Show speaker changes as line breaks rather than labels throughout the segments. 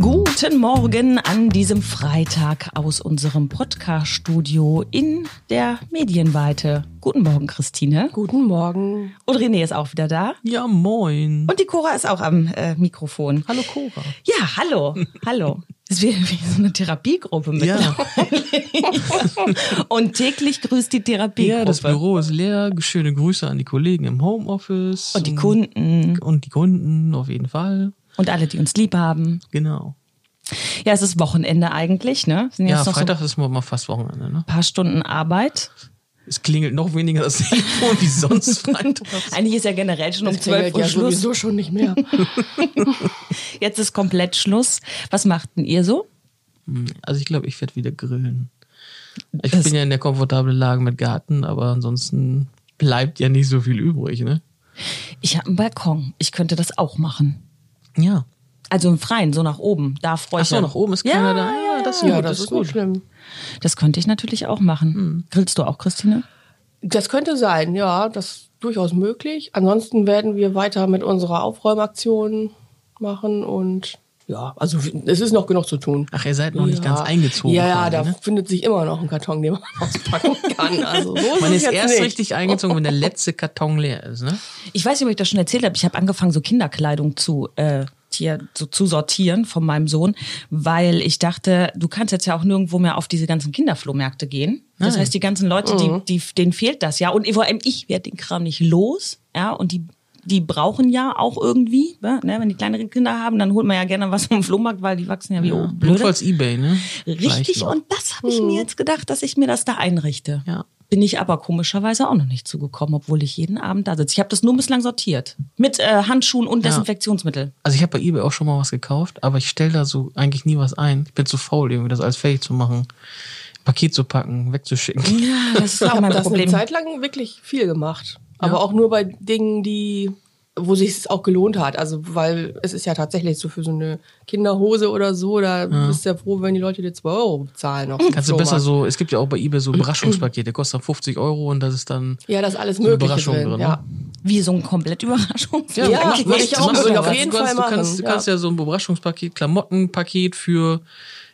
Guten Morgen an diesem Freitag aus unserem Podcast-Studio in der Medienweite. Guten Morgen, Christine.
Guten Morgen.
Und René ist auch wieder da.
Ja, moin.
Und die Cora ist auch am äh, Mikrofon.
Hallo Cora.
Ja, hallo. hallo. Das ist wie, wie so eine Therapiegruppe mit.
Ja.
Und täglich grüßt die Therapiegruppe.
Ja, das Büro ist leer. Schöne Grüße an die Kollegen im Homeoffice.
Und die Kunden.
Und die Kunden, auf jeden Fall.
Und alle, die uns lieb haben.
Genau.
Ja, es ist Wochenende eigentlich, ne? Sind
Ja,
jetzt noch
Freitag ist mal, mal fast Wochenende, ne?
so ein paar Stunden Arbeit.
Es klingelt noch weniger das Telefon wie sonst Freitag.
Eigentlich ist ja generell schon um
Es
12
klingelt
Uhr
ja
Schluss.
sowieso schon nicht mehr. Ah,
Jetzt ist komplett Schluss. Was machten ihr so?
Also ich glaube, ich werde wieder grillen. Ich
Das-
bin ja in der komfortablen Lage mit Garten, aber ansonsten bleibt ja nicht so viel übrig, ne?
Ich habe einen Balkon. Ich könnte das auch machen.
Ja.
Also im Freien, so nach oben. Da freue
Ach
ich
so,
mich.
nach oben ist
Ja,
keiner da. Ja, das ist
ja,
gut,
das ist gut. Schlimm.
Das könnte ich natürlich auch machen.
Hm.
Grillst du auch, Christine?
Das könnte sein, ja, das ist durchaus möglich. Ansonsten werden wir weiter mit unserer Aufräumaktion machen und ja, also es ist noch genug zu tun.
Ach, ihr seid noch nicht ganz eingezogen.
Ja, ja,
quasi,
da
ne?
findet sich immer noch ein Karton, den man auspacken kann. Also so ist
Man
es
ist
jetzt
erst
nicht.
richtig eingezogen, wenn der letzte Karton leer ist, ne?
Ich weiß nicht, ob ich das schon erzählt habe. Ich habe angefangen, so Kinderkleidung zu, äh, hier, so zu sortieren von meinem Sohn, weil ich dachte, du kannst jetzt ja auch nirgendwo mehr auf diese ganzen Kinderflohmärkte gehen. Das heißt, die ganzen Leute, die, die, denen fehlt das ja. Und vor allem ich werde den Kram nicht los. Ja, und die, die brauchen ja auch irgendwie, ne? wenn die kleineren Kinder haben, dann holt man ja gerne was vom Flohmarkt, weil die wachsen ja wie oben. Blöde.
Notfalls Ebay, ne? Reicht
Richtig,
noch.
und das habe ich mir jetzt gedacht, dass ich mir das da einrichte.
Ja.
Bin ich aber komischerweise auch noch nicht zugekommen, obwohl ich jeden Abend da sitze. Ich habe das nur bislang sortiert. Mit äh, Handschuhen und Desinfektionsmittel.
Also ich habe bei Ebay auch schon mal was gekauft, aber ich stelle da so eigentlich nie was ein. Ich bin zu faul, irgendwie das als fähig zu machen, Paket zu packen, wegzuschicken.
Ja, das ist auch mein
habe das
Problem.
eine Zeit lang wirklich viel gemacht. Aber auch nur bei Dingen, die, wo sich es auch gelohnt hat. Also, weil es ist ja tatsächlich so für so eine Kinderhose oder so, da bist du ja froh, wenn die Leute dir 2 Euro bezahlen. auf dem
Kannst du besser
Flohmarkt.
so, es gibt ja auch bei Ebay so Überraschungspakete, kostet dann 50 Euro und das ist dann
Ja, das ist alles
eine
Mögliche.
Überraschung
drin,
drin, ne?
ja.
Wie so ein komplett Überraschung.
Ja,
mach-
würde
mach-
ich auch
mach-
würde ich
mach-
auf jeden
du kannst,
Fall
Du kannst,
machen,
du kannst ja. so ein Überraschungspaket, Klamottenpaket für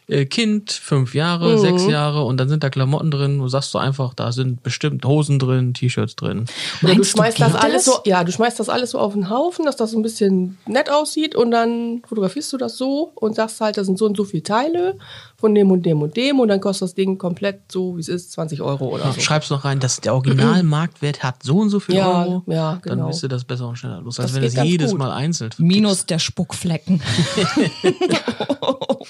äh, Kind, fünf Jahre,
Mhm.
sechs Jahre und dann sind da Klamotten drin. Du sagst so einfach, da sind bestimmt Hosen drin, T-Shirts drin.
Oder du
Meinst du,
schmeißt das
geht
alles
das?
so, ja, du schmeißt das alles so auf den Haufen, dass das so ein bisschen nett aussieht und dann fotografierst du das so und sagst halt, das sind so und so viele Teile von dem und dem und dem und dann kostet das Ding komplett so, wie es ist, 20 Euro oder so.
Schreibst noch rein, dass der Originalmarktwert hat so und so viel
Ja,
Euro.
ja,
Dann
genau.
bist du das besser und schneller los, als
Das
wenn
geht
du es
ganz
jedes
gut.
Mal einzeln vertickst.
Minus der Spuckflecken.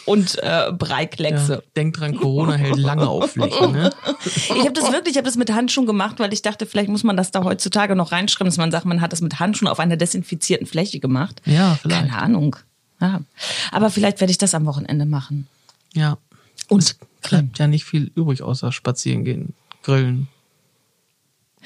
und äh, Breikleckse.
Ja, denk dran, Corona hält lange auf Flächen. Ne?
Ich habe das wirklich, ich habe das mit Handschuhen gemacht, weil ich dachte, vielleicht muss man das da heutzutage noch reinschreiben, dass man sagt, man hat das mit Handschuhen auf einer desinfizierten Fläche gemacht.
Ja, vielleicht.
Keine Ahnung. Ja. Aber vielleicht werde ich das am Wochenende machen.
Ja.
Und
es bleibt ja nicht viel übrig, außer spazieren gehen, grillen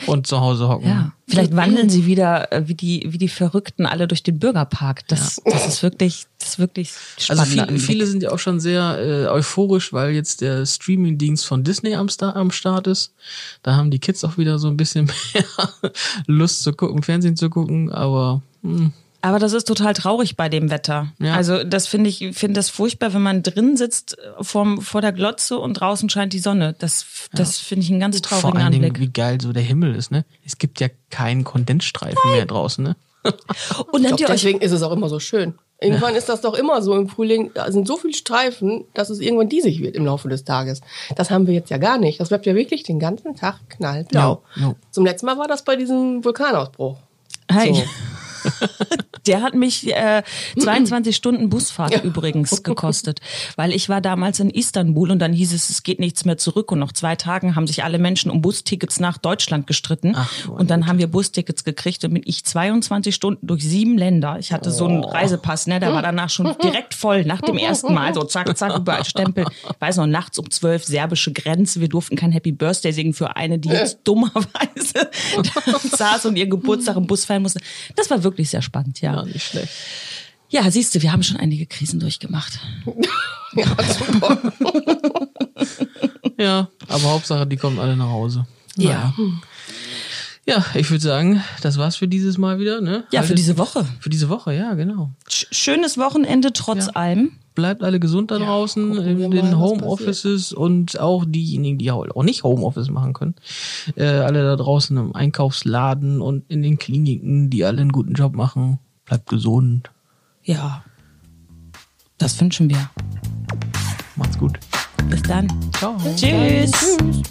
und zu Hause hocken.
Ja. Vielleicht wandeln sie wieder äh, wie die, wie die Verrückten alle durch den Bürgerpark. Das, das ist wirklich, das ist wirklich spannend.
Also viele, viele sind ja auch schon sehr äh, euphorisch, weil jetzt der Streaming-Dienst von Disney am, Sta am Start ist. Da haben die Kids auch wieder so ein bisschen mehr Lust zu gucken, Fernsehen zu gucken, aber hm,
Aber das ist total traurig bei dem Wetter.
Ja.
Also das finde ich, finde das furchtbar, wenn man drin sitzt äh, vorm, vor der Glotze und draußen scheint die Sonne. Das, das finde ich einen ganz
vor
traurigen
allen Dingen,
Anblick.
wie geil so der Himmel ist, ne? Es gibt ja keinen Kondensstreifen mehr draußen, ne?
und
Ich
habt
glaub,
ihr euch
deswegen ist es auch immer so schön. Irgendwann ist das doch immer so im Frühling, da sind so viele Streifen, dass es irgendwann diesig wird im Laufe des Tages. Das haben wir jetzt ja gar nicht. Das bleibt ja wirklich den ganzen Tag knallblau.
Ja, ja.
Zum letzten Mal war das bei diesem Vulkanausbruch.
Hi.
So.
Der hat mich äh, 22 Stunden Busfahrt übrigens gekostet, weil ich war damals in Istanbul und dann hieß es, es geht nichts mehr zurück und nach zwei Tagen haben sich alle Menschen um Bustickets nach Deutschland gestritten
Ach,
und dann haben wir Bustickets gekriegt und bin ich 22 Stunden durch sieben Länder. Ich hatte so einen Reisepass, ne, der war danach schon direkt voll nach dem ersten Mal, so zack zack überall Stempel. Ich weiß noch nachts um 12 serbische Grenze, wir durften kein Happy Birthday singen für eine, die jetzt dummerweise da saß und ihr Geburtstag im Bus feiern musste. Das war wirklich sehr spannend, ja.
Ja, nicht schlecht.
Ja, siehst du, wir haben schon einige Krisen durchgemacht.
Ja, super.
Ja, aber Hauptsache, die kommen alle nach Hause.
Ja.
Ja, ich würde sagen, das war's für dieses Mal wieder, ne?
Ja, für
Haltet-
diese Woche.
Für diese Woche, ja, genau.
Sch- Schönes Wochenende trotz
Ja.
allem.
Bleibt alle gesund da
Ja,
draußen
gucken wir
in
mal,
den
was
Homeoffices und auch diejenigen, die auch nicht Homeoffice machen können. Äh, alle da draußen im Einkaufsladen und in den Kliniken, die alle einen guten Job machen. Bleibt gesund.
Ja. Das wünschen wir.
Macht's gut.
Bis dann.
Ciao.
Tschüss.